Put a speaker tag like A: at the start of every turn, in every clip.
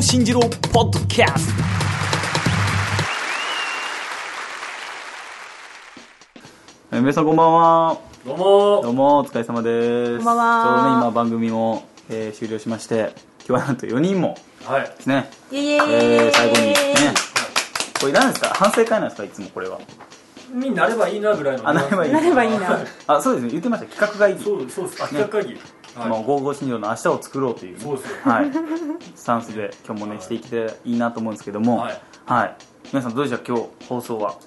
A: 信じろポッドキャスト
B: えー皆さんこんばんは
A: どうも
B: どうもお疲れ様です
C: こんばんは
B: ちょうどね今番組も、えー終了しまして今日はなんと4人も
A: はい
B: ですね
C: イエイイエイ
B: えー最後にねこれ何ですか反省会なんですかいつもこれは
A: になればいいなぐらいの
B: あなればいい
C: なればいいな
B: あそうですね言ってました企画がいい
A: そうですそうですあ企画会議
B: まあ
A: はい
B: 55診療の明日を作ろうというね、
A: そうですよ
B: はいスタンスで今日もね、
A: はい
B: していきたらいいなと思うんですけども
A: はい、
B: はい皆さんどうでした今日放送は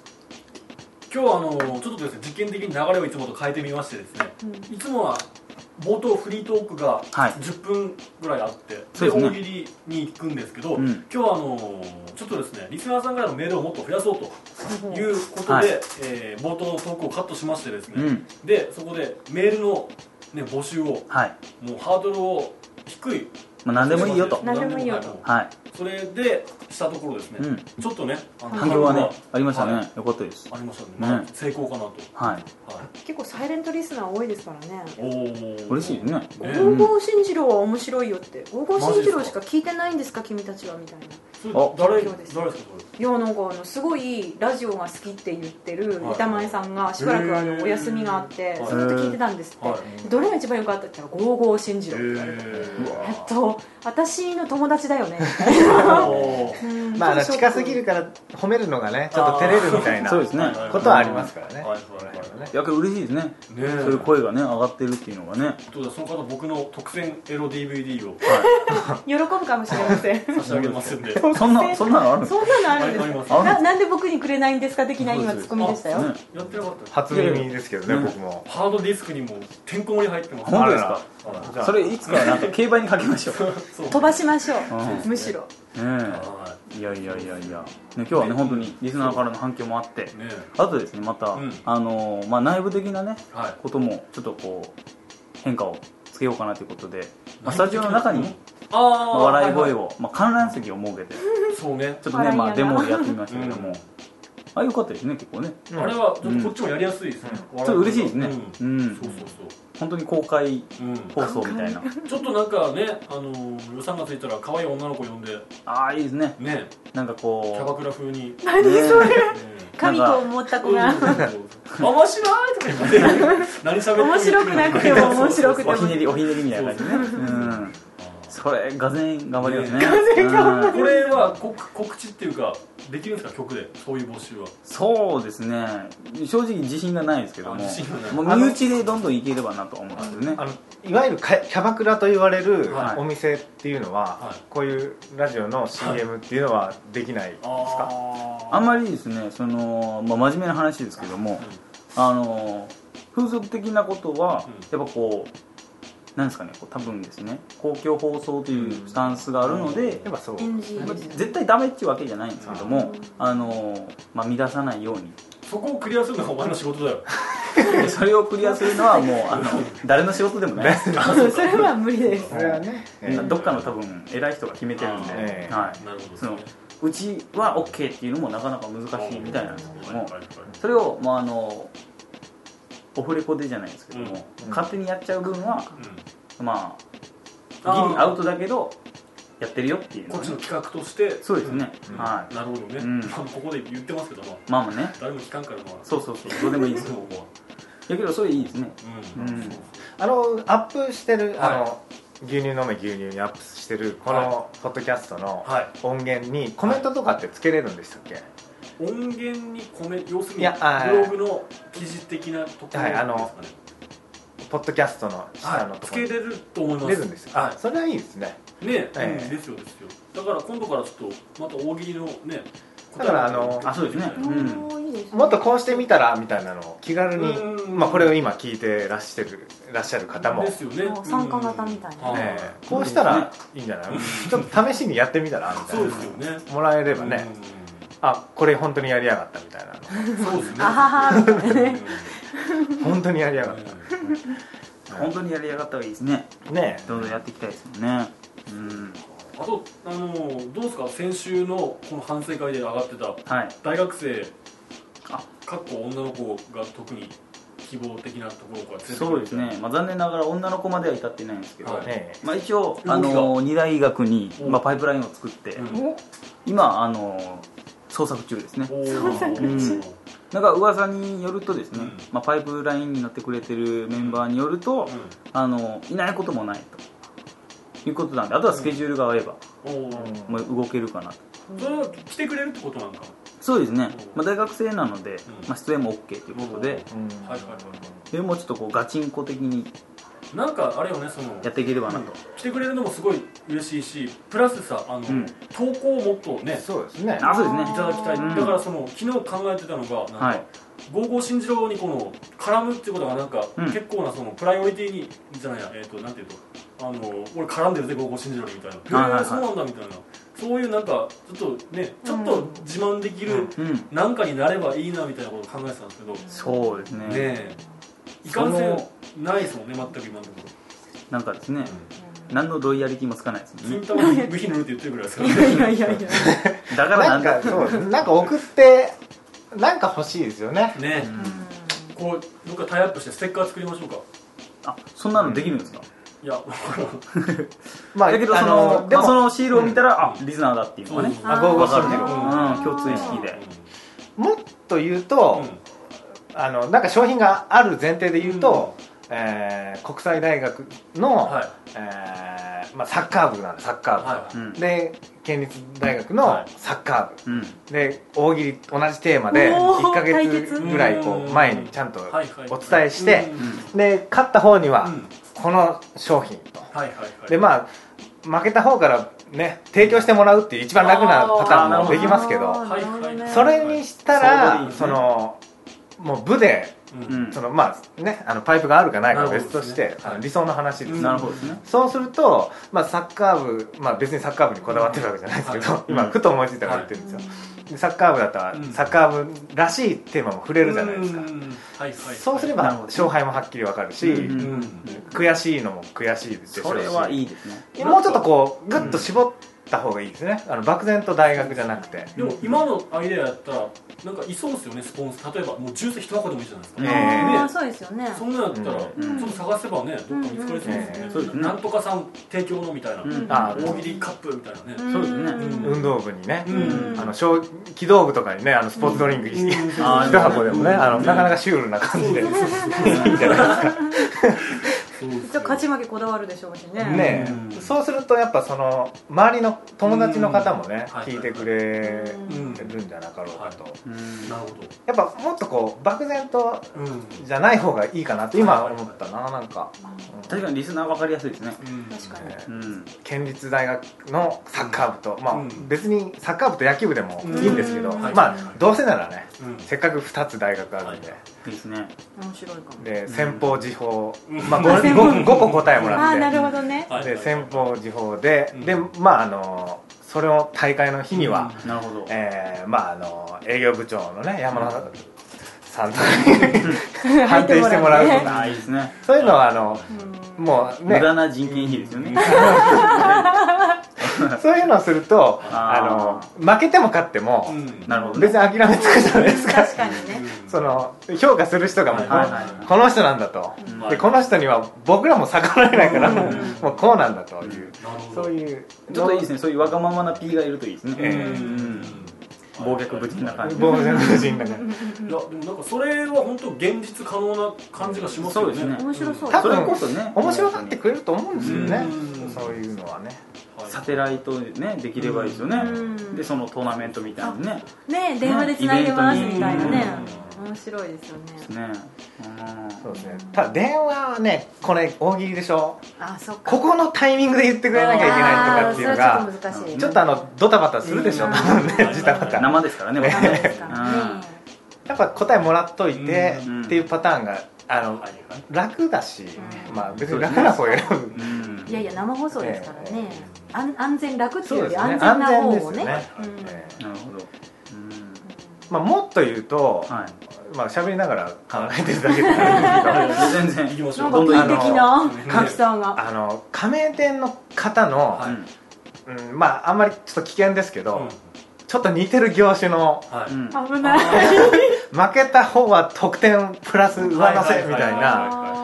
A: 今日はあのちょっとですね実験的に流れをいつもと変えてみましてですねいつもは冒頭フリートークが
B: はい
A: 10分ぐらいあってで
B: そうですね
A: 大喜利に行くんですけど
B: うん
A: 今日はあのちょっとですねリスナーさんからのメールをもっと増やそうということで、
B: はい
A: えー冒頭のトークをカットしましてですね、
B: うん
A: でそこでメールの、ね、募集を
B: はい、
A: もうハードルを低い
B: まあ、何でもいいよと
C: 何でもいいよと
A: は
B: はい
A: それでしたところですね、
B: うん
A: ちょっとねあの
B: 反響はね
A: 反
B: ありましたね、
A: はい
B: よかったです
A: ありましたね、まあ
B: ね
A: 成功かなと、
B: はい
A: はい、
C: 結構サイレントリスナー多いですからね
A: おー
B: 嬉しいですね
C: 「
A: え
C: ゴーゴー新次郎は面白いよ」って「ゴーゴー新次郎
A: マジ
C: し
A: で
C: か聞いてないんですか君たちは」みたいな
A: それ
B: あ
A: 誰誰
C: そ
A: で
C: うですす
A: かそれ
C: いやなんかあのすごいラジオが好きって言ってる
A: はい
C: 板前さんがしばらくあのお休みがあって
A: へ
C: ず
A: ー
C: っと聞いてたんですって、
A: はい
C: どれが一番良かったって言ったら「ゴーゴー新次郎」って言われてえっ
A: え
C: と私の友達だよね
A: ーおー
C: うん
D: まあ、
C: ちょっとショック
D: 近すぎるから褒めるのがねちょっと照れるみたいな
B: そうですね
D: ことはありますからね、
A: はいはいはい
B: いやけど嬉しいですね
A: ねえ
B: そういう声がね上がってるっていうのがね
A: ということでその方僕の特選エロ DVD を
C: 喜ぶかもしれません
A: 差し上げますんで
B: そんなそんなのあるんです
C: そんなのあるん
A: あり
C: で
A: ますす
C: かななんで僕にくれないんですか的な今ツッコミでしたよ
B: ね
A: やってなかったです
D: 初耳ですけどね、
B: うん
D: 僕も
A: ハードディスクにもてんこ盛り入ってます
B: 本当です
D: あら
B: から
D: じゃあ
B: それいつかなんか競売にかけましょ うね
A: そう
C: 飛ばしましょう
B: う
C: むしろ
A: は
B: えいやいやいやいや、ね、今日はね本当にリスナーからの反響もあって
A: いねえ
B: あとですねまた、
A: うん
B: あのーまあ、内部的なね
A: はい
B: こともちょっとこう変化をつけようかなということで、まあ、スタジオの中にね、
A: ああ
B: まあ笑い声
A: は
B: を、まあ、観覧席を設けてち
A: いはいそうね
B: ょっとね、
C: 笑いやな
B: まあ、デモでやってみましたけども、
A: うん
B: ああいう方ですね結構ね
D: うん
A: あれはちょっとこっちもやりやすいですね
B: ちょっと嬉しいですね
A: う
B: うん、
A: んそうそう
B: 本当に公開
A: そうう
B: 放送みたいな
A: ちょっとなんかねあのー予算がついたら可愛い女の子呼んで
B: ああいいですね
A: ね
B: なんか
A: キャバ
B: こ
A: クラ風 にね
C: 何それ
A: え
C: 神と思った子が
A: 面白いとか言 って何喋っても
C: 面白くなくても面白くて
B: うお
C: も
B: ひねりおひねりみたいな感じねうんそれがぜん頑張りますねがぜん
A: これは告告知っていうかできるんですか曲でそういう募集は
B: そうですね正直自信がないですけども
A: あ自信がない
B: もう身内でどんどんいければなとは思うんですよね
D: あのいわゆるかキャバクラと言われる
A: はい
D: お店っていうのは、
A: はい
D: こういうラジオの CM っていうのはできないですか、
B: あんまりですねその、まあ、真面目な話ですけども、あの風俗的なことはやっぱこうなんですかねこう多分ですね公共放送というスタンスがあるので、
D: やっぱそ う、
C: NG です
B: 絶対ダメっていうわけじゃないんですけどもあの、まあ、乱さないように
A: そこをクリアするのがお前の仕 事だよ
B: それをクリアするのはもうあの誰の仕事でも ないです
C: それは無理です
D: それはね、えー
B: どっかの多分偉い人が決めてるんで、
D: ええ
B: はい、
A: なるほどです
B: そ
A: ね
B: のうちは OK っていうのもなかなか難しいみたいなんですけども
A: はいはいはい
B: それを、まあ、あのオフレコでじゃないですけども、
D: うん
B: 勝手にやっちゃう分は
A: う
B: ま
A: あー
B: あギリアウトだけどやってるよっていうんの
A: こ
B: ね
A: っちの企画として
B: そうですね、
D: うん
B: はい
A: なるほどね、
B: うん
A: まあここで言ってますけど、まあ、
B: まあまあね
A: 誰も聞かんからまあ
B: そうそうそうどうでもいいです
A: で
B: よ
A: もま
B: いやけどそれいいですね
A: あうん、
B: うん
A: そう
D: あのアップしてる、あ
A: は
D: の牛乳飲め牛乳にアップしてるこのポッドキャストの
A: は
D: 音源にコメントとかってつけれるんでしたっけ、
A: そう音源にコメ要する
D: い
A: に
D: やあー
A: ブログの記事的なところですかね、
D: はいあのポッドキャストの下の
A: はい、
D: と
A: つ
D: ころ
A: け
D: に
A: れると思います
D: 出るんですよあ、
A: は
D: それはいいですね
A: い、ねえ、
D: ええ
A: うんですよですよだから今度からちょっとまた大喜利のね
D: だからあの
B: あそうですね
A: うん
B: ん
C: もういいですね
D: もっとこうしてみたらみたいなのを気軽に、
A: うん
D: まあ、これを今聞いてらっしゃるらっしゃる方も、
A: で
D: ね
A: すよね
C: もう参加型みたいな
A: うんはい
D: えこうしたらいいんじゃない、ちょっと試しにやってみたらみた
A: そ
D: いな
A: うですよね
D: もらえればね、あこれ本当にやりやがったみたい
A: うん
D: な
A: そうですね
C: あははみたいな
A: うん
C: ね
D: の本当にやりやがっ
B: 本当にやりやがったらいいですね
D: たね
B: どんどんやっていきたいですもんねうん
A: あとあのどうですか先週のこの反省会で上がってた
B: はい
A: 大学生
B: あ
A: かっこ女の子が特に希望的なところから連れてくる
B: そうですね、まあ、残念ながら女の子までは至っていないんですけど、
A: はい
D: ね
B: まあ、一応
A: が
B: あの二大医学に、
A: うん
B: まあ、パイプラインを作って、
A: うん
C: お
B: 今あの捜索中ですね
A: おー
B: うんなんか噂によるとですね、
A: うん
B: まあ、パイプラインになってくれてるメンバーによると、あのいないこともないということなんであとはスケジュールが合えば、
A: うんお
D: う
A: ー
D: ん
B: もう動けるかなと
A: それは来てくれるってことなんか
B: そうですね
A: う、ん
B: まあ、大学生なので、
A: ん
B: まあ、出演も OK ということで、
D: うん
A: はいはいはい
B: でもうちょっとこうガチンコ的に
A: なんかあれよねその
B: やっていければなと、
A: 来てくれるのもすごい嬉しいしプラスさあの、
B: ん
A: 投稿をもっとね
D: そうですね
B: あそうですね
A: いただきたい、
B: うん
A: だからその昨日考えてたのがなんか、
B: はい
A: ゴーゴー新次郎にこの絡むっていうことがなんか、
B: うん
A: 結構なそのプライオリティにじゃないやえっ、となんていうとあの俺絡んでるぜゴーゴー新次郎にみたいな、
B: はいはい
A: へーそうなんだみたいなそういうなんかちょっとねちょっと自慢できる
B: うん、
A: なんかになればいいなみたいなことを考えてたんですけど、ね
B: そうですね
A: えい
B: そ
A: かんせん
B: の
A: ないですもんね全く今のとこ
B: なんかです
A: ろ、
B: ね、何のロイヤリティもつかないです
A: ツイ
B: ね
A: ッターも部品塗るって言ってるぐらいですからね
C: いやいやいや
B: だからな
D: な
B: ん
D: ん
B: だ
D: かそうですなんか送ってなんか欲しいですよね
A: ね
B: う
A: え
B: ん
A: こう僕はタイアップしてステッカー作りましょうか
B: あそんなのできるんですか、
A: いやわからん
D: ま
B: だけどそ
D: あ
B: の,、
D: で
B: まあ、そ
D: も
B: のシールを見たら、あリスナーだっていうのがね
A: そう
D: あゴーゴー
B: わかる
D: シ
B: ね
D: ンジロー
B: うん共通意識で
D: もっと言うと、あのなんか商品がある前提で言うと、えー国際大学の、
A: はい
D: えーまあ、サッカー部なんでサッカー部、
A: は
B: う
A: い
B: ん
D: で県立大学
A: は
D: の
A: い
D: サッカー部、
B: うん
D: で大喜利同じテーマで
C: おー
D: 1か
C: 対
D: 月
C: 決
D: ぐらいこ
A: う
D: うん前にちゃんと
A: はいはい
D: お伝えして、
A: うん
B: うん
D: で勝った方に
A: う
D: は
A: ん
D: この商品と、
A: はいはいはい
D: でまあ負けた方からね提供してもらうっていう一番楽なパターン もできますけど
C: あーなるほどね
D: それにした
B: そう
D: ら
B: です
D: そ
B: ね
D: のもう部で
A: うん
D: そのまあねあのパイプがあるかないかは別とし
A: なる
D: て
A: ほどですね
D: あの理想の話です、
A: うん
B: なるほどですね
D: そうすると、まあ、サッカー部、まあ、別にサッカー部にこだわってるわけじゃないですけど、
A: は
D: 今ふと思いついたから言ってるんですよ、でサッカー部だったら、
A: うん
D: サッカー部らしいテーマも触れるじゃないですか、
A: うんはいはい
D: そうすれ
B: なる
D: ば
B: ほど
D: 勝敗もはっきりわかるし、
B: うん
A: うん
D: 悔しいのも悔しいでしょうし
B: それはいいですね
D: もうちょっとこうグッと絞った方がいいですね、あの漠然と大学じゃなくて、
A: でも今のアイデアやったらなんかいそうですよねスポンサー例えばもうジュース一箱でもいいじゃないですか
D: え
A: ね
D: え
C: あーそうですよね
A: そんなんやったらちょ
B: うん
A: っと探せばねどっか見つかりそうですよ
D: う
A: ね
D: ん
B: そうですね
A: なんとかさん提供のみたいな
B: うん
D: あー
A: 大喜利カップみたいなね
B: そうですね
C: ん
D: 運動部にね、
A: うん
D: あの小機動部とかにねあのスポーツドリンク一、
B: あー
D: 一箱でもね、
A: うん
D: あのなかなかシュールな感じで、
A: そう
D: いいんじゃないですか
A: そうですよ
C: じゃあ勝ち負けこだわるでしょうしね
D: ねえ、
A: うん
D: そうするとやっぱその周りの友達の方もね、
A: うん
D: 聞いてくれ
A: うん
D: るんじゃなかろうかと、
B: うん
A: なるほ
D: やっぱもっとこう漠然と
A: どうん
D: じゃない方がいいかなって今思ったななんか、うん
B: 確かにリスナー分かりやすいですね
C: 確かに
D: ね
B: うん
D: 県立大学のサッカー部と、まあ
A: うん
D: 別にサッカー部と野球部でもいいんですけど、
C: うん
D: まあどうせならね
A: うん
D: せっかく2つ大学あるんで、
A: はい
B: いいですね
C: 面白いかも
D: で先方時報、
A: うん
D: まあ 5, 個答えも
C: あ
D: ら
C: あ
D: っ
C: ー
D: て
C: なるほどね
A: はい
D: で先方時報で、
A: うん
D: でまああのそれを大会の日には、
B: なるほど
D: えーまああの営業部長のね山野さんと
C: 入
D: 判
C: って
D: 定してもらうと
C: ね
D: か
B: ああいいですね
D: そういうのはあの
C: うん
D: もう
B: 無
D: ね
B: 駄な人件費ですよね
D: そういうのをすると
B: あ
D: あ
B: ー
D: の負けても勝っても、
A: うん
B: なるほどね
D: 別に諦めつくじゃないですか
C: 確かにね
D: その評価する人がもう、
A: はい
B: はいは
D: この人なんだと、
B: うん
A: はい
D: でこの人には僕らも逆らえないから、
A: うん
D: もうこうなんだという、
A: なるほど
D: そういう
B: ちょっといいですねそういうわがままな P がいるといいですね、
D: ええ
B: うん暴虐無人な感じ
D: 防然無人だから
A: いやでもなんかそれは本当現実可能な感じがします
B: そう
A: よね
B: ですね
C: 面白そう
D: 多
B: そ
D: 分
B: れこそね
D: 面白がってくれると思うんですよね
A: うん
D: そういうのはね
A: はい
B: サテライトでねできればいいですよね、
C: うん
B: でそのトーナメントみたいなのね
C: ね電話でつないでますみたいなね
A: う
C: 面白いですよね
B: ね
D: そうですねただ電話はねこれ大喜利でしょ
C: あそっか
D: ここのタイミングで言ってくれなきゃいけないとかっていうの
C: あーそれは
D: が
C: ちょっと難しい
D: ちょっとあのドタバタするでしょ、
A: うん
D: ねジタバ
B: う
D: タ
B: ん、生ですからね、
C: ダ
B: 僕
C: メ
B: ね
C: ですからね
D: やっぱ答えもらっといて
B: うん
D: っていうパターンがあの
A: はいはい
D: 楽だし、
C: うん
D: まあ別に楽な方を選ぶ
B: うん
C: いやいや生放送ですからね
D: え
C: 安安全楽っていうより
D: そう
C: 安
D: ですね
C: 全な方を
D: 安全ですよ
C: ね
D: ね
C: うん
D: ええ
B: なるほど、うん
D: まあ、もっと言うと、
B: はい
D: まあ喋りながら考えてるだけな んですけ
B: 全
D: ど
A: 行
B: 然
A: きまし
C: な
A: ょ
C: ん
A: う
C: か
B: どんどん
C: いい的な
A: あの
C: 柿さんが
D: あの加盟店の方の、
A: はい
B: うん
D: うんまああんまりちょっと危険ですけど、
A: うん
D: ちょっと似てる業種の
A: はい、
B: うん
C: 危ない
D: 負けた方は得点プラス上乗せみたい
A: は
C: あ
D: な
C: ー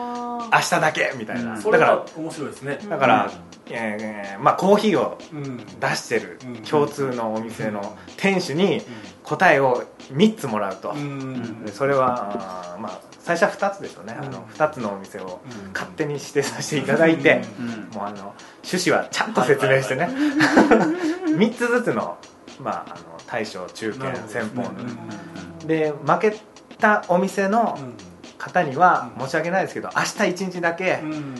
D: 明日だけみたい
B: う
D: な、
B: ん
A: そ
D: だ
A: れ
D: か
A: は
D: ら
A: 面白いですね
D: だから、えーまあ、コーヒーを
A: うん、うん
D: 出してる
A: うん
D: 共通のお店の店主に答えを3つもらうと、
A: うん
D: でそれはあーまあ最初は2つでしょうね、あ
A: う
D: の
A: ん
D: 2つのお店を
A: うん
D: 勝手に指定させていただいて、
B: うん
D: もうあの趣旨はちゃんと説明してね、
A: はい
D: 3つずつの,、まあ、あの大小中堅
A: なるほど
D: 先方
A: うん
D: ので負けたお店の方には
A: うん
D: 申し訳ないですけど明日1日だけ
A: うんうん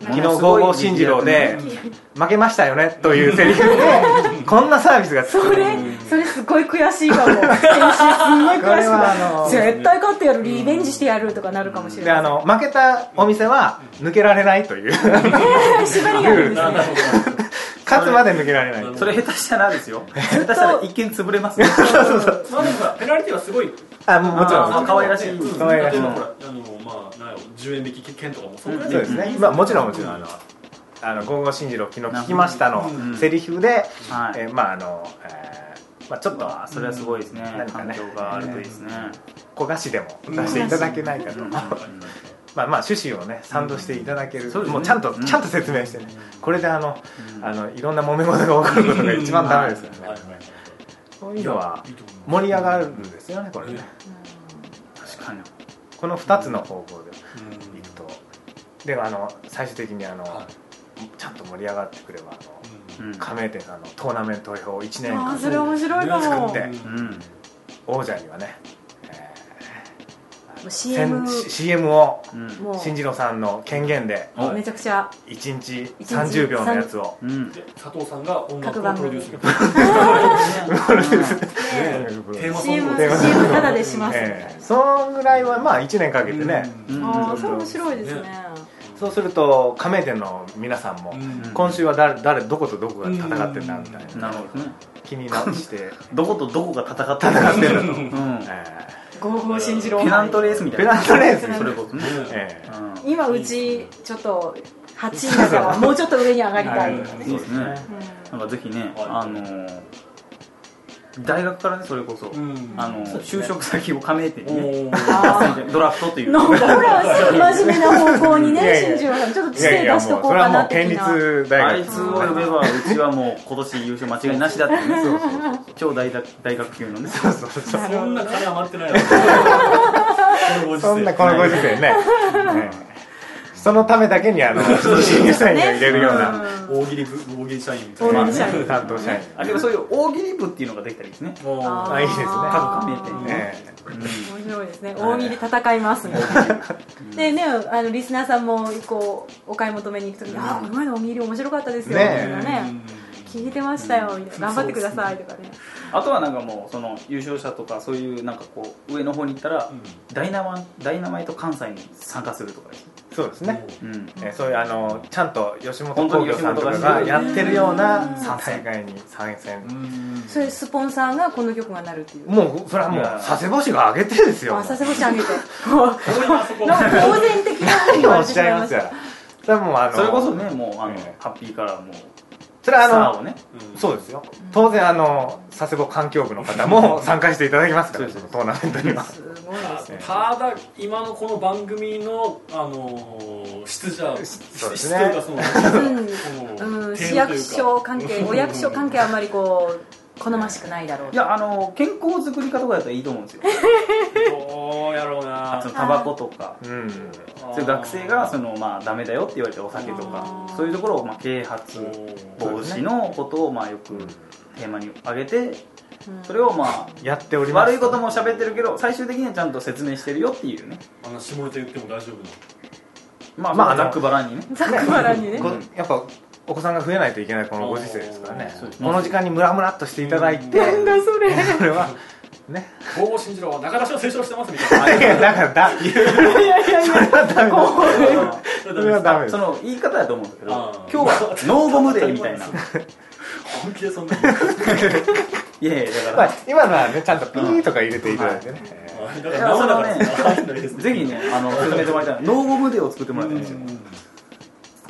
D: 昨日55新次郎で
A: うん
D: 負けましたよねというセリフでこんなサービスがつく
C: それそれすごい悔しいかも先週すんごい
D: こ
C: 悔
D: れ
C: しいわ
D: はあの
C: 絶対勝ってやるリベンジしてやるとかなるかもしれ
D: で
C: ない
D: あの負けたお店は抜けられないという
C: えー縛りがあるんです
A: なる
C: ね
A: ほ
D: 勝つまで抜けられないという
B: それ下手したら ですよ下手したら一見潰れますね
A: どまあでもほらペナルティはすごい
D: あもうもちろん
B: あ可愛らしい
A: うん
D: 可愛らしい
A: 例えばほらあのまあなんやろ10円引き券とかもそんくらい
D: そうですね、まあ、もちろんもちろんあの「あのゴーゴー新次郎昨日聞きましたの」
A: うん
D: セリフで、
B: はい
D: えーまああの、えーまあ、ちょっと
B: あそれはすごいですね
D: 何か
B: 環
D: ね
B: 境があるといいですね
D: 焦がしでも出していただけないかと、
B: うん
D: まあまあ趣旨をね賛同していただける、
B: そうですね
D: もうちゃんと、
B: うん
D: ちゃんと説明してねこれであの
B: うん
D: あのいろんな揉め事が起こることが一番ダメですよね、
A: はいはいはい
D: そういうのは
A: やいいと思います
D: 盛り上がるんですよねこれね
B: 確かに
D: この2つの方向で
A: うん
D: いくと、でもあの最終的にあの、
A: は
D: ちゃんと盛り上がってくればあの、
A: い
B: うん
D: 加盟店さんのトーナメント表を1年
C: あー
D: 間
C: それ面白いかも
D: 作って
B: うん
D: 王者にはね、え
C: もう CM
D: せん CM を
B: うん
C: も
D: 新次郎さんの権限で
A: うん
C: うめちゃくちゃ
D: 1日
C: 日
D: 30秒のやつを
B: うん
A: で佐藤さんが音楽
C: 各
A: を
C: 番
A: プロデュー
C: 組
A: ステ
D: うん
A: ーマソング
C: CM
A: を
C: CM ただでしますみたい
D: ええそんぐらいはまあ1年かけてね、
A: うん
C: なああそれ面白いですね
D: そうすると加盟店の皆さんも、
A: うん
D: 今週は誰誰どことどこが戦ってたみたいな、
B: なるほどね
D: 気になして、
B: どことどこが戦って戦って るうん
D: え
C: ゴーゴー新次郎
B: ペナントレースみ
D: え
B: た
D: ペ
B: いな
D: ナントレース
B: それこそね
D: え
A: ね
D: え
B: う
C: 今うちちょっと8位だからもうちょっと上に上がりたい、うん
B: んいいですねなんかぜひねあのー大学からねそれこそ
A: うん
B: あのー就職先を加盟店
A: お
B: にね
A: ー
C: あ
B: ドラフトという
C: ーなんかほら真面目な方向に
D: いやい
C: ね新
D: や
C: 次郎さんちょっと知
D: い
C: 性
D: やい
C: 出
D: や
C: しと
D: もう
C: こう
D: それ
C: か
D: はも
C: な
D: う県
C: 的
D: 立
C: な
B: あい
D: 大学
B: つを呼べばうちはもう今年優勝間違いなしだって ね超大学大学級のね
A: そんな金余ってないよこのご時世
D: そんなこのご時世ね、ええそのためだけにあの審査員を入れるような
A: 大喜利部大喜利社員みたい
C: 大
A: な
C: 喜利社員
D: 担当社員、
B: あでもそういう大喜利部っていうのができたらいいですね
A: おー
D: あいいですね
B: 各加盟店にね
D: ええ
B: う
C: 面白いですね
D: はい
C: 大喜利戦いますねでねあのリスナーさんもこうお買い求めに行くときに「ああ前の大喜利面白かったですよ」み
D: ね
C: た
D: え
C: いなね聞いてましたよみたいな頑張ってくださいとかね
B: んあとはなんかもうその優勝者とかそういうなんかこう上の方に行ったら、
A: うん
B: ダイナマダイナマイト関西に参加するとかですね、
D: そうですね、
B: うん、
D: ええそういうあのちゃんと吉本興業さんとかがやってるような大会に参戦
A: うん
C: それスポンサーがこの曲がなるっていう
D: もうそれはもう佐世保市が上げてですよ
C: あ佐世保市あげて もう
A: こういうあそこ
C: なんか公然的なふうに言われ
D: もうおって
C: し
D: ちゃ
C: ま
D: い
C: い
D: ま
C: ますし
D: か
C: た
D: らそれはもうあの
B: それこそねもうあの、
D: ええ
B: ハッピーからもう
D: それは
B: サー
D: あ
B: を
D: の
B: ね
A: うん
D: そうですよ当然あの佐世保環境部の方も参加していただきますから
B: そう
D: そ
B: そ
D: の
B: う
D: トーナメントには
C: すごいですね
A: ただ今のこの番組のあのー質じゃ
D: そうです
A: 質
D: ね
A: というかそのその
C: うん、
A: テ
C: 市
A: ーマと
C: 役
A: いうか
C: 所関係、お役所関係はあんまりこう好ましくないだろう
B: いやあの健康作り家とかやったらいいと思うん ですよ
A: どうやろうな
B: あそのタバコとか
D: うん
B: そういう学生がそのまあダメだよって言われてお酒と
C: あ
B: か
C: ー
B: そういうところをまあ啓発防止のことをまあよくテーマに挙げて
C: うん
B: それをまあ
D: やっております
B: 悪いことも喋ってるけど最終的にはちゃんと説明してるよっていうね
A: あの下ネタ言っても大丈夫
B: ま
A: な
B: あ
D: ま
B: ま
D: あ
B: あざっくばらんにね
C: ざっくばらんにね
D: こやっぱお子さんが増えないといけないこのご時世ですからね
A: そうです
B: ね
D: この時間にムラムラっとしていただいて
C: なんだそれ
D: それはね
A: 「 高校信次郎は中出しを推奨してます」みたいな
D: だからだ
C: いやいやいやこう
A: そ
D: それはダメで
B: そ
D: す
B: の言い方だと思うんだけど
A: あー
B: 今日はノーゴムデーみ たいない
A: 本気でそんなに
B: やいやだ
D: ま
B: か
D: あ今のはねちゃんとピーとか入れていただいてね
A: だから生だから入んないです
B: らぜひね あの進めてもらいたいノーゴムデーを作ってもらいたいんですよ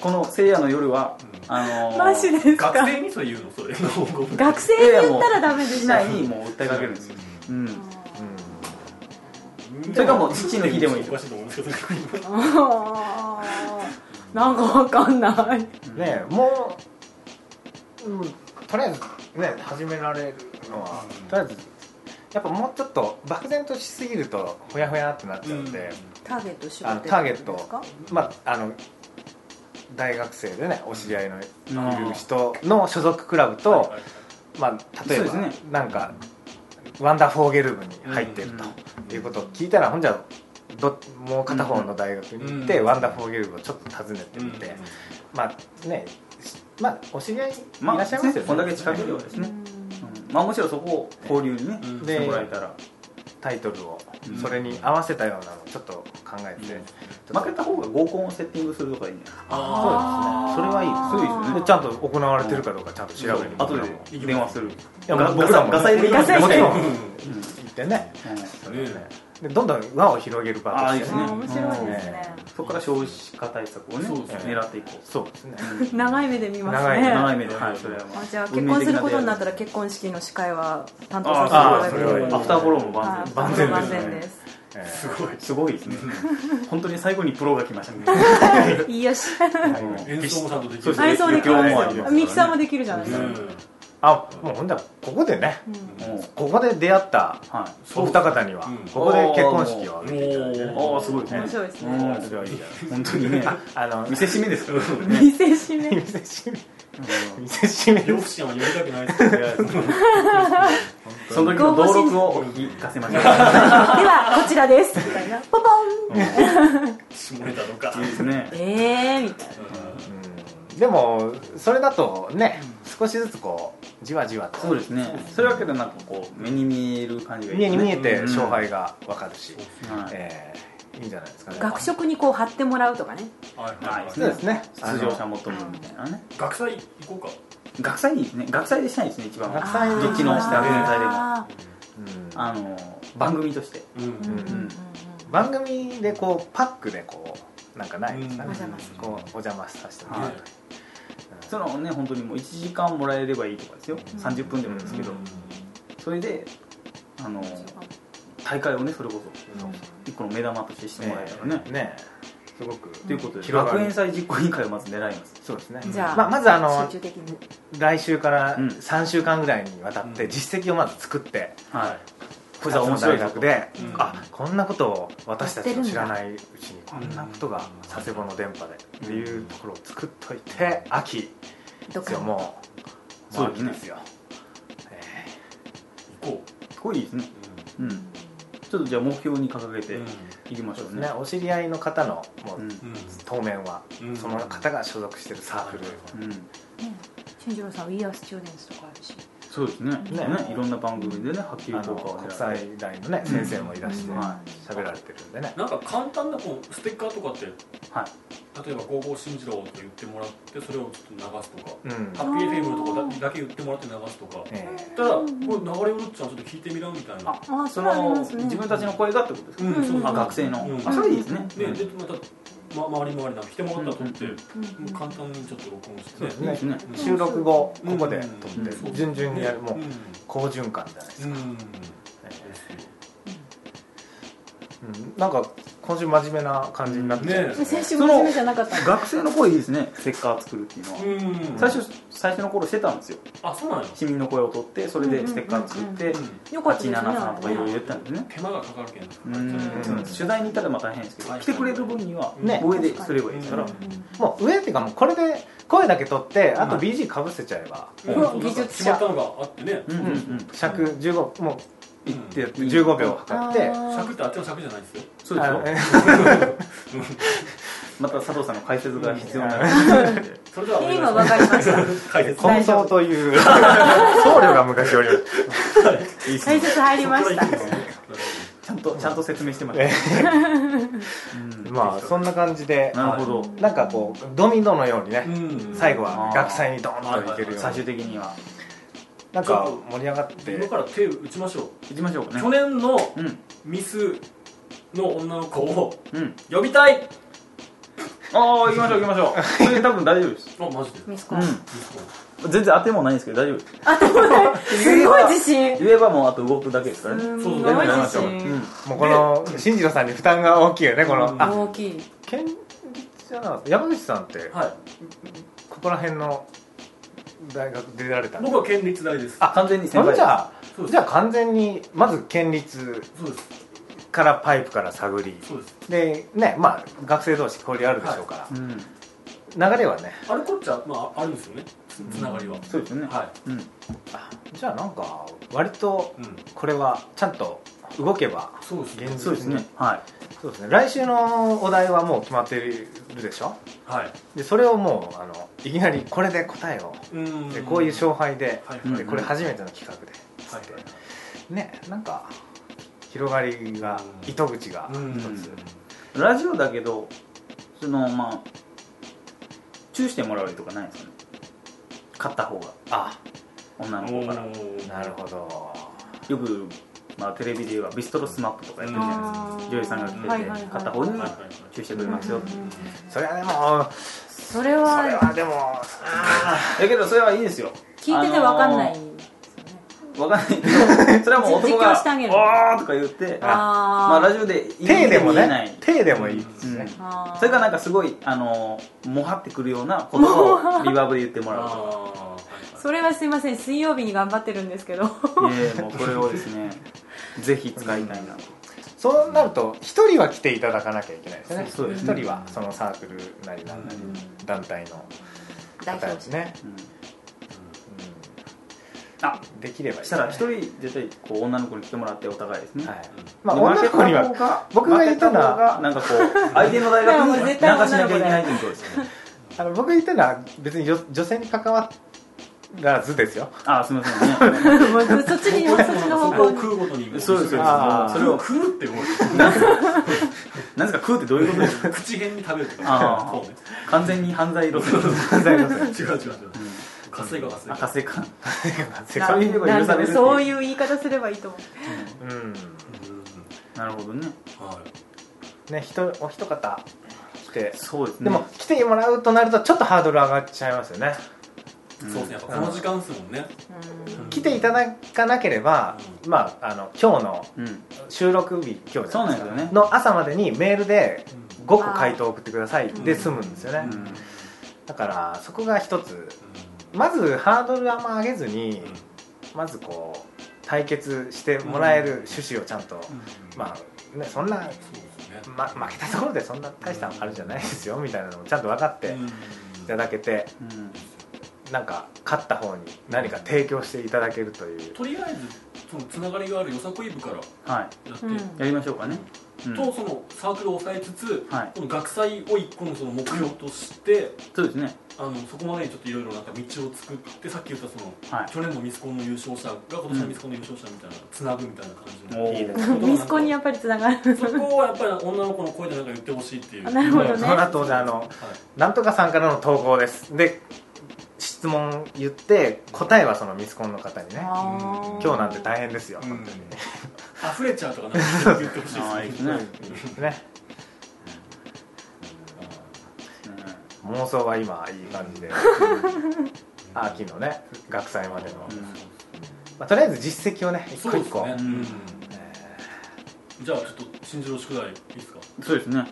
B: この「聖夜の夜」はあの
C: マジですか
A: 学生にそれ言うのそれ
C: 学生に言ったらダメで
B: 市
C: しょ
B: 内にもう訴えかけるんですよ、うん、
A: うん
B: それか もう父の日でもいい
A: おかしいと思うんですけど
C: あーなんかわかんない
D: ねえもう、うん、とりあえずね始められるのは、
A: うん
D: とりあえずやっぱもうちょっと漠然としすぎるとほやほやってなっちゃうんで、
C: ターゲット絞
D: あ
C: っ
D: の
C: て
D: ターゲッ
C: るんですか
D: トまああの大学生でねお知り合いのい
B: うん
D: る人の所属クラブと、
A: はいはい
D: まあ、例えば、
B: そうです
D: なんかワンダーフォーゲル部に入ってると、
B: うん
D: いうことを聞いたらほんじゃどもう片方の大学に行って、
A: うん
D: ワンダーフォーゲル部をちょっと訪ねてみて、まあねしまあお知り合いい
B: まあ
D: らっしゃいますよね、
B: こんだけ近ければですね、うんまあむしろそこを交流にね、
A: うん
B: してもらえたら
D: タイトルを
B: うん
D: それに合わせたようなのをちょっと考えて、
B: うん
D: ちょっ
B: 負けた方が合コンをセッティングするとかいいんじゃない
A: あ
C: あー
D: そうですねそれはい
B: そうで
D: いです
B: すね
D: でちゃんと行われてるかどうかちゃんと調べる
B: 後で電話する
D: いやもう僕らも
B: ガサ入れ
C: ガサ
B: も
C: 入れ
B: ちろん、
A: ー
D: 行ってね
A: うんね
D: でどんどん輪を広げる場
B: ああい
D: と
B: いで
D: し
B: す
D: て
B: ね
C: あー面白いですね
B: そこから少子化対策をね
A: そうです
D: ね
B: 狙っていこう
D: そうですね
C: 長い目で見ます
D: 長い
C: ね
D: 目
B: 長い目で、はい、それは
C: あじゃあ結婚することになったら結婚式の司会は担当
B: あ
C: さ
B: あ
C: せ
B: そ
C: てい
B: れ
C: ただ
B: はいいい
C: て
B: アフターフォローも万
C: はい
B: 全
D: 万全で
C: 万
D: すね
C: 全です
D: えー
A: すごい
B: すごいですね本当に最後にプロが来ましたね
C: いい よし
B: うん
A: 演奏もちゃんとでき
B: そうで
A: る
B: すね
C: 演奏でき
B: 余興もあ
C: ま
B: ります
C: す
B: からね
C: ミキサーもできるじゃないです
A: う
C: か、
A: ん
D: あもうほんだらここでね
C: うん
B: もう
D: ここで出会った
B: は
D: お二方には、
A: うん
D: ここで結婚式を
A: お
D: 挙げていただいてね
A: ー
B: ああすごいですね
C: 面白いです
B: うん
C: ね
D: それはいいじゃないですか
B: 本当にね
D: あの
B: 見せしめですからね
C: 見せし め
D: 見せしめ見せしめ
A: 両親は寄りたくないですね
B: その時の登録をお聞かせましょう
C: ではこちらですみたいなポポン
A: 下ネタとか
B: いいですね
C: えーみたい
D: うんでもそれだとね少しずつこうじわじわ
B: そう
D: と
B: ですねそれだけどなんかこう目に見える感じがいい
D: 家に見えて
B: うん
D: 勝敗が分かるし、
B: はい
D: えーいいんじゃないですかね
C: な学食にこう貼ってもらうとかね
A: はい
B: は
A: はいい
B: です
D: そうですね
B: 出場者もともみたいなね
A: 学祭行こ
B: 学祭いいですね学祭でしたいですね一番は
D: 学祭
B: どっちの下
A: 全体
B: でも
C: あ
A: うか
B: あ
D: あの
B: の番組として
A: うんう
C: ーうんんうんうんうん
D: 番組でこうパックでこうなんかないですかね、
A: うんお
C: 邪魔する
D: こうお邪魔させてもらうと
B: そのね本当にもう1時間もらえればいいとかですよ
D: うん
B: 30分でもですけどそれであの大会をねそれこ
D: うん
B: そ一個の目玉としてしてもらえたらね
D: ねすごく
B: ということで
D: 広がる
B: 学園祭実行委員会をまず狙います
D: そうですね
C: じゃあ
D: まあ、まずあの
C: 集中的に
D: 来週から
B: うん
D: 3週間ぐらいにわたっ
A: う
D: て
A: ん
D: 実績をまず作って、
B: はいこ
D: こ
B: れ
D: いつは
B: は
D: 面
B: 面
D: 白
B: 白
D: い
B: い
D: 大
B: ぞ
D: 学で、
A: うん
D: あこんなことを私たちの知らないうちにこ
A: やってる
D: ん
A: んだ
D: なことが佐世保の電波でっていうところを作っといて秋
C: どっ
D: で
C: か
D: すよ
C: に
D: もう
B: そう
D: もう
B: です
D: 秋
B: ね
D: ですよ、え
A: 行こ
B: すごいいいですね
A: う
B: うんちょっとじゃあ目標に掲げて
A: うん
B: いきま
D: ー
B: し
D: そう
B: ょうね
D: ですねお知り合いの方のもう、
B: うん
D: 当面は、
A: うん
D: その方が所属してるサークル、
B: うん
C: ね進次郎さん「We Are Students」とかあるし
B: そうですね
D: ね
B: ねいろんな番組でね波及
D: あの
B: 効果を狙
D: 国
B: う
D: 際大のね先生もいらして
B: うんは
D: 喋られてるんでね、
A: なんか簡単なこうステッカーとかって例
B: はい
A: えば「高校進次郎」と言ってもらってそれをちょっと流すとか
D: うん
A: ハッピー FM とかだだけ言ってもらって流すとか
D: え
A: ただこれ流れうるっちゃんちょっと聞いてみらんみたいな
B: あ
C: ああ
B: そ
C: それあり
B: の
C: ますね
B: 自分たちの声がってことですか
A: うんそうそう
B: あ学生の、
A: うん
B: あそれいいですね、
A: ねでまたま周り回りなんか来てもらったら撮って
B: うん
C: うん
A: もう簡単にちょっと録音して
D: そう
A: ね
D: です
B: いい
D: ね
B: ですね
A: うん
D: 収録後
A: う
D: こ
A: ん
D: こで撮って、
B: うん
D: 順々にやるもう
A: うん
D: 好循環じゃないですか、
A: うん
D: うんなんか今週真面目な感じになってきたんです
C: 先週真面目じゃなかったの
B: 学生の声いいですねステッカー作るっていうのは、
A: うん
B: 最初最初の頃してたんですよ
A: あそうなんや
B: 市民の声を取ってそれでステッカー作って、
A: うん
C: よかったですね
B: 873とかいろいろ言ったんですね
A: 手間がかかるけん
B: うん、
A: うん
B: 取材に行ったらまあ大変ですけど、
A: はい
B: 来てくれる分には
D: ね
B: 上ですればいいですから、
A: うん
D: もう上っていうかもうこれで声だけ取ってあと
A: うん
D: BG かぶせちゃえば、
A: うん
C: 技術
A: 決
C: 者
A: まったのがあってね
B: うんうんう
D: う
B: んん
D: 尺15も
A: うん
B: 行ってやって
D: 15秒測って
A: 尺ってあっちの尺じゃないですよ
B: そうですよ
D: あの
B: また佐藤さんの解説が必要な
A: それではお願いし
C: 今
A: ま
C: わ
A: す
C: かりました
A: 解説
D: 混
C: 丈夫
D: 走という僧侶が昔より
C: 解説入りました
B: ちゃんとちゃんと説明してま
D: え
B: した、うん
D: まあそんな感じで
B: なるほど、
D: なんかこうドミノのようにね、
A: うん
D: 最後は学祭にドーンといけるよう
B: 最
D: に
B: 終的には
D: なんか盛り上がっ
A: 今
D: て
A: から手打ちましょ
B: 行きましょう
A: う
B: かね
A: 去年の
B: うん
A: ミスの女の子を
B: うん
A: 呼びたい
B: ああ行きましょう行きましょうそれ多分大丈夫です
A: あマジで
C: ミスコン、
B: う
A: ミスコン
B: ん全然当てもないんですけど大丈夫です
C: あでもねすごい自
B: 言
C: 信
B: えばもうあと動くだけですからね
C: す
A: そ
C: ご
A: う
C: い
A: だね
C: 自
B: う
C: 信
B: ん
D: もうこの進次郎さんに負担が大きいよねこの、
A: うん
D: あ
C: 大きい
D: 県じゃな山口さんって
A: はい
D: ここら辺の大学出られた
A: 僕は県立大です
D: あ
B: 完全に先
D: そ
B: 輩
D: れじゃあ
A: そうです
D: じゃあ完全にまず県立
A: そうです
D: からパイプから探り
A: そうです
D: でねまあ学生同士交流あるでしょうから、
B: うん
D: 流れはね
A: あれこっちはまああるんですよねつつながりは
B: そうですよね
A: は
B: うん
D: あじゃあなんか割と
A: いうん
D: これはちゃんと動けば
A: そうですね
D: 現
B: そうですねは
D: そうですね来週のお題はもう決まってるでしょ
A: はい
D: でそれをもうあのいきなりこれで答えを
A: うん
D: でこういう勝敗で
A: はい
B: うん
A: はい
D: でこれ初めての企画で
A: はい
D: ねなんか広がりが
A: うん
D: 糸口が
A: うん
D: 一つ、
B: いラジオだけどそのまあチューしてもらうとかないんですかね勝った方が
D: あ
B: 女の子から
D: なるほど
B: よく、まあ、テレビで言えばビストロスマップとかやってるじゃないですか
C: うん
B: 女優さんが来てて、
C: はいはいはい
B: 勝った方に
A: はいはいはい
B: 注意してくれますよ、
C: うん
D: それはでも
C: それ
D: それ
C: は
D: はでも
B: だけどそれはいいですよ
C: 聞いてて分かんない
B: あ
C: で
B: の
C: すよね
B: ーわかんない けどそれはもう男
C: 実況
B: が
C: してあげる
B: おー」とか言ってまあ
C: あ
B: ラジオでいい
D: 手でも
B: 言えない
D: ね手でもいいです
B: う
D: ね
B: ん、
C: あ
B: それかなんかすごいあのーもはってくるような言葉をリバーブで言ってもらう
A: あー
C: それはすいません水曜日に頑張ってるんですけど
B: といえもうこれをです ねぜひ使いたいなと
D: そうなると一人は来ていただかなきゃいけないですね
A: そう
B: です
D: 一
B: ね
D: 人はそのサークルなりなんなり
C: うん
D: 団体の
C: 代
D: 方
C: 表
D: です
C: 者
D: ね、
B: うん
D: うん
B: あ
D: できればいい
B: し
D: で
B: た
D: す
B: ら
D: ね
B: 一人絶対こう女の子に来てもらってお互いですね、
D: はい
A: うん
D: まあ女の子には
B: は
D: 僕が言ったのは
B: なんかこ う相手の大学に流しなきゃいけないということですね
D: あの僕が言ったのは別に女女性に関わらずですよ
B: あすみませんね
C: もうそっちにもうそっちの
A: そ
C: 方
A: こを
C: 向に
A: 食うごとに
B: そうですそうです
D: あ
B: も
D: ー
B: う
A: そ
B: そ
A: れ
B: れ
A: を
B: を
A: 食うって思う
B: なんですか食うってどういうことですか
A: 口辺に食べると
B: あ
A: か
B: ー
A: そうね
B: 完全に犯罪路線
A: 違う違う違う活性化活性
B: あ
A: 化
B: 活性化
D: 世
B: そう
D: 界
B: いうのが許されるっていう
C: そういう言い方すればいいと思う
D: うん
A: うん
B: なるほどね
A: はい
D: ね人お一方来て
B: そうですね
D: でも来てもらうとなるとちょっとハードル上がっちゃいますよね
B: うん
A: そうですねやっぱこの時間ですもんね
C: うん
D: 来ていただかなければまああの今日の
B: うん
D: 収録日今日じゃい
B: そうなんですよね
D: の朝までにメールで
A: うん
D: 5個回答を送ってくださいで済むんですよね、
B: うん
D: だからそこが一つまずハードルあんま上げずに、まずこう対決してもらえる趣旨をちゃんと、まあねそん
A: そ
D: な、
A: うですね
D: ま、負けたところでそんな大したあるじゃないですよみたいなのもちゃんと分かって
A: うん
D: いただけて、
B: うん
D: なんか勝った方に何か提供していただけるという、
A: とりあえずそのつながりがあるよさこい部からや
B: は
A: って、
C: うん
B: いやりましょうかねうん
A: とそのサークルを抑えつつ、
B: はい
A: この学祭を一個のその目標として、
B: そうですね
A: あのそこまでにちょっといろいろなんか道を作ってさっき言ったその
B: はい
A: 去年のミスコンの優勝者が今年のミスコンの優勝者みたいなつなぐみたいな感じ
B: お
A: の
B: ー
D: いいですね
C: ミスコンにやっぱりつながる
A: そこをやっぱり女の子の声でなんか言ってほしいっていう
C: あなるほどね
D: その後であの
A: はい
D: なんとかさんからの投稿ですで質問言って答えはそのミスコンの方にね
C: あー
D: 今日なんて大変ですよ、
A: うん
D: 本当に
A: 溢れちゃうとかなんか言ってほしい
B: ああいい
A: で
B: ですすね
A: ね
D: ね妄想は今いい感じ で秋のね学祭までの、
B: うん
D: まあ、とりあえず実績をね一
A: そう
D: 個
A: で
D: 一
A: す
D: 個、
A: ね、うん
D: え
A: じゃあちょっと新次郎宿題いいですか
B: そうですね
C: いや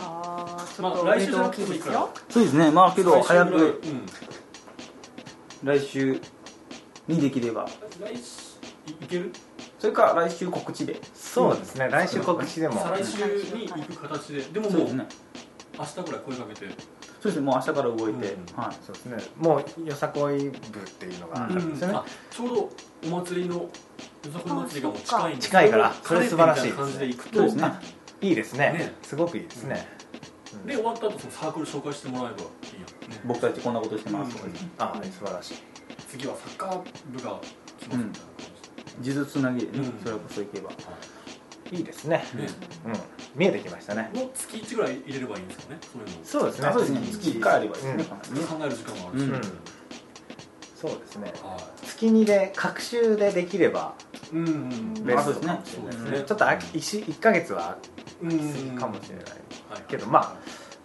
C: ーち
A: ま
C: ょっと
A: あ
C: おめ
A: 来
C: で
A: 週じゃ
C: とう
A: な
C: 大
A: くてもい
C: きい
A: い
C: です
A: か
C: よ
A: ら
B: そうですねまあけど
A: 来週ぐらい
B: 早く
A: うん
B: 来週にできれば
A: 来週いいける
B: それか来週告知で
D: ーそうですね来週告知でも
A: 再来週に行く形ででも
B: そう
A: もう
B: ですね
A: 明日ぐらい声かけて
B: そうですねもう明日から動いて、
A: うん
B: はい
D: そうですねもうよさこい部っていうのがあるんですよね
A: あ、ちょうどお祭りのよさこい祭りがもう近いんで
D: あ近いから
A: それ
D: それ素晴らしい
A: みたな感じで行くと
B: そうですね
D: いいですね
A: ね
D: すごくいいですね、うん
A: で終わった後そのサークル紹介してもらえばいいやんね
B: 僕たちこんなことしてますとか
A: うん
B: ですね
D: ああ素晴らしい
A: 次はサッカー部が来ますみたいな感
B: 数珠つなぎでね、
A: うん
B: それこそいけば
D: いいですね、
A: じで、ね
D: うん、見えてきましたね
A: もう月1ぐらい入れればいいんですかねそういうのを
D: そうですね
B: あそうですね月1回あればいいですね、
A: 考える時間もあるし、
B: うん
A: はい
D: そうですね月2で隔週でできれば
A: うんうん
C: ん
D: ベ
B: まあ
D: ス
B: そ
D: ト
B: うですね
A: そうです
D: うん
A: ね
D: ちょっとあき一1か月は
A: う
D: きつい
A: ん
D: かもしれない
A: はい
D: けどま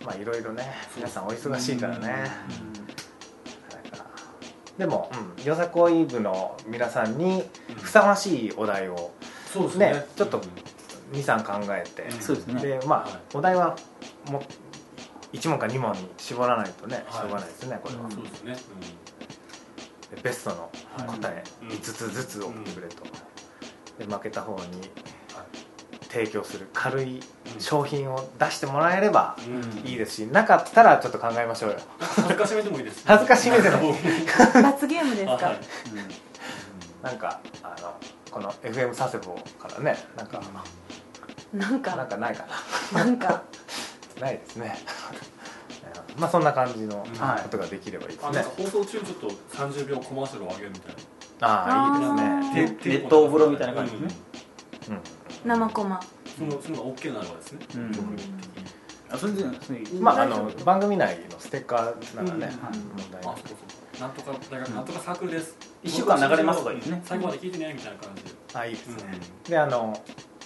D: まあいろいろね皆さんお忙しいからね、だからでも、うん、よさこい部の皆さんにふさわしいお題を
A: そうですね
D: ねちょっと23考えて、
A: うん
B: そうですね
D: でまあ、
A: はい
D: お題はも1問か2問に絞らないとね
A: はい
D: しょうがないですね、これは、
A: そうですね、
D: でベストの答え
A: うん
D: 5つずつ送ってくれと、で負けた方に提供する軽い
A: うん
D: 商品を出してもらえれば
A: うんうん
D: いいですしなかったらちょっと考えましょうよ
A: 恥ずかしめてもいいです
D: 恥ずかしめてもいい
C: 罰ゲームです
A: あは
C: か
A: い
D: なんかあのこの FM 佐世保からねなんか、
C: なん
D: なん
C: か
D: かないか
C: なんか
D: なないですね うんまあそんな感じの
A: はい
D: ことができればいいで
A: あ
D: す
A: なん
D: ね
A: か、放送中にちょっと30秒コマーシャルを上げるみたい
D: ああいいですね
C: あー
A: な
B: ね熱湯風呂みたいな感じですね
D: うん
C: 生コマ
A: うんそのそのが OK ならばですね
B: うん
A: 国民的に
B: あそれでそれいい
D: まああの番組内のステッカーならね、
B: うん
D: 問題
A: あ
D: な
A: そう
D: い
A: そうそうなんとか大学なんとかサークルです
B: 一週間流れますとかいいですね
A: 最後まで聞いてねみたいな感じで
D: あいいです
A: うん
D: ね、であの、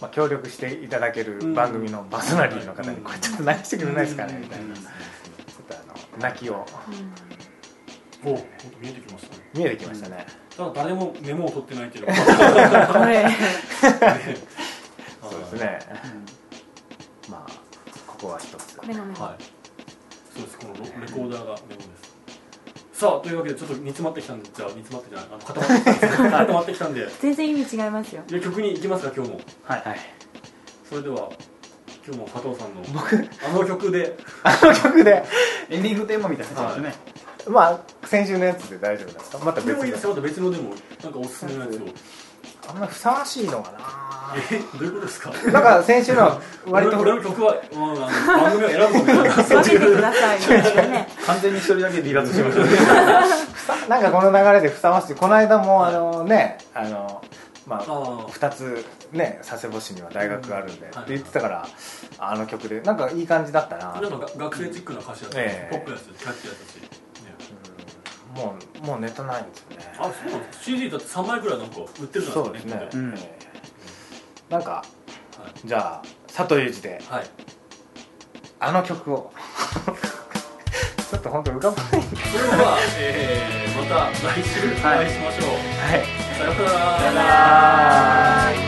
D: まあ、協力していただけ
A: う
D: る
A: ん
D: 番組のパーソナリティの方に、
A: うん
D: これちょっと何してくれないですかねみたいな、
A: うん
D: ちょっとあの泣きを
A: おおほんと見えてきましたね
D: 見えてきましたね、
A: ただ誰もメモを取ってないっていうのが
C: こ れ
D: そうですね、
B: うん
D: まあここは一つ
C: これがメモ
A: はいそうですこのレコーダーがメモですさあというわけでちょっと煮詰まってきたんでじゃあ煮詰まってじゃないあの固まってきたんで固まってきたんで
C: 全然意味違いますよ
A: いや曲に行きますか今日も
B: はい
D: はい
A: それでは今日も佐藤さんのあの曲で
D: この曲で
B: エンディングテーマみたいになっちゃいますね
D: まあ先週のやつで大丈夫なんですかまた
A: で
D: 別
A: もいいですよ
D: に
A: また別のでもなんかおすすめのやつを
D: あんまふさわしいのかな
A: えどういうことですか
D: なんか先週の割と
A: 俺の俺の曲は、うん、あの番組を選ぶみたいなそう
C: 分
A: い
C: けて
A: う
C: くださいみたいなね
B: 完全に一人だけ離脱しましたね
D: ふさなんかこの流れでふさわしいこの間もあのねあのまあ
A: あ
D: 2つね佐世保市には大学があるんで、
A: ん
D: っ
A: は
D: て
A: い
D: 言ってたからあの曲でなんかいい感じだったな
A: あなんかが学生チックな歌詞だったし、
D: ええ
A: ポップやったしキャッチーやったし、ね
D: うんもうもうネタないんですよね
A: あそうなんですか CD だって3枚くらいなんか売ってるじゃな
D: そ
A: いうで
D: ですす
A: か
D: ね
A: ね、
B: うん
D: ええなんか
A: は
D: じゃあ佐藤裕二で
A: い、はい、
D: あの曲を ちょっと本当浮かばないんで
A: それでは、えー、また来週お会いしましょう、
D: はい
A: さようさよなら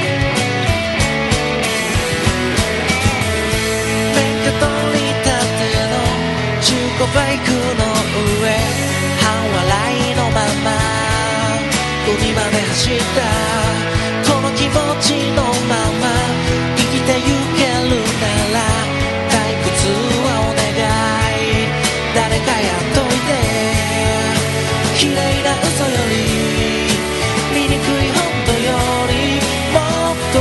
E: 免許取り立ての中古バイクの上半笑いのまま海まで走ったこの気持ちのまま生きてゆけるなら退屈はお願い誰かやっといて綺麗な嘘より醜い本当よりもっと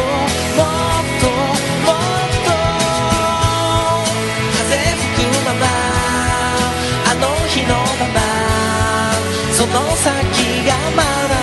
E: もっともっと風吹くままあの日のままその先がまだ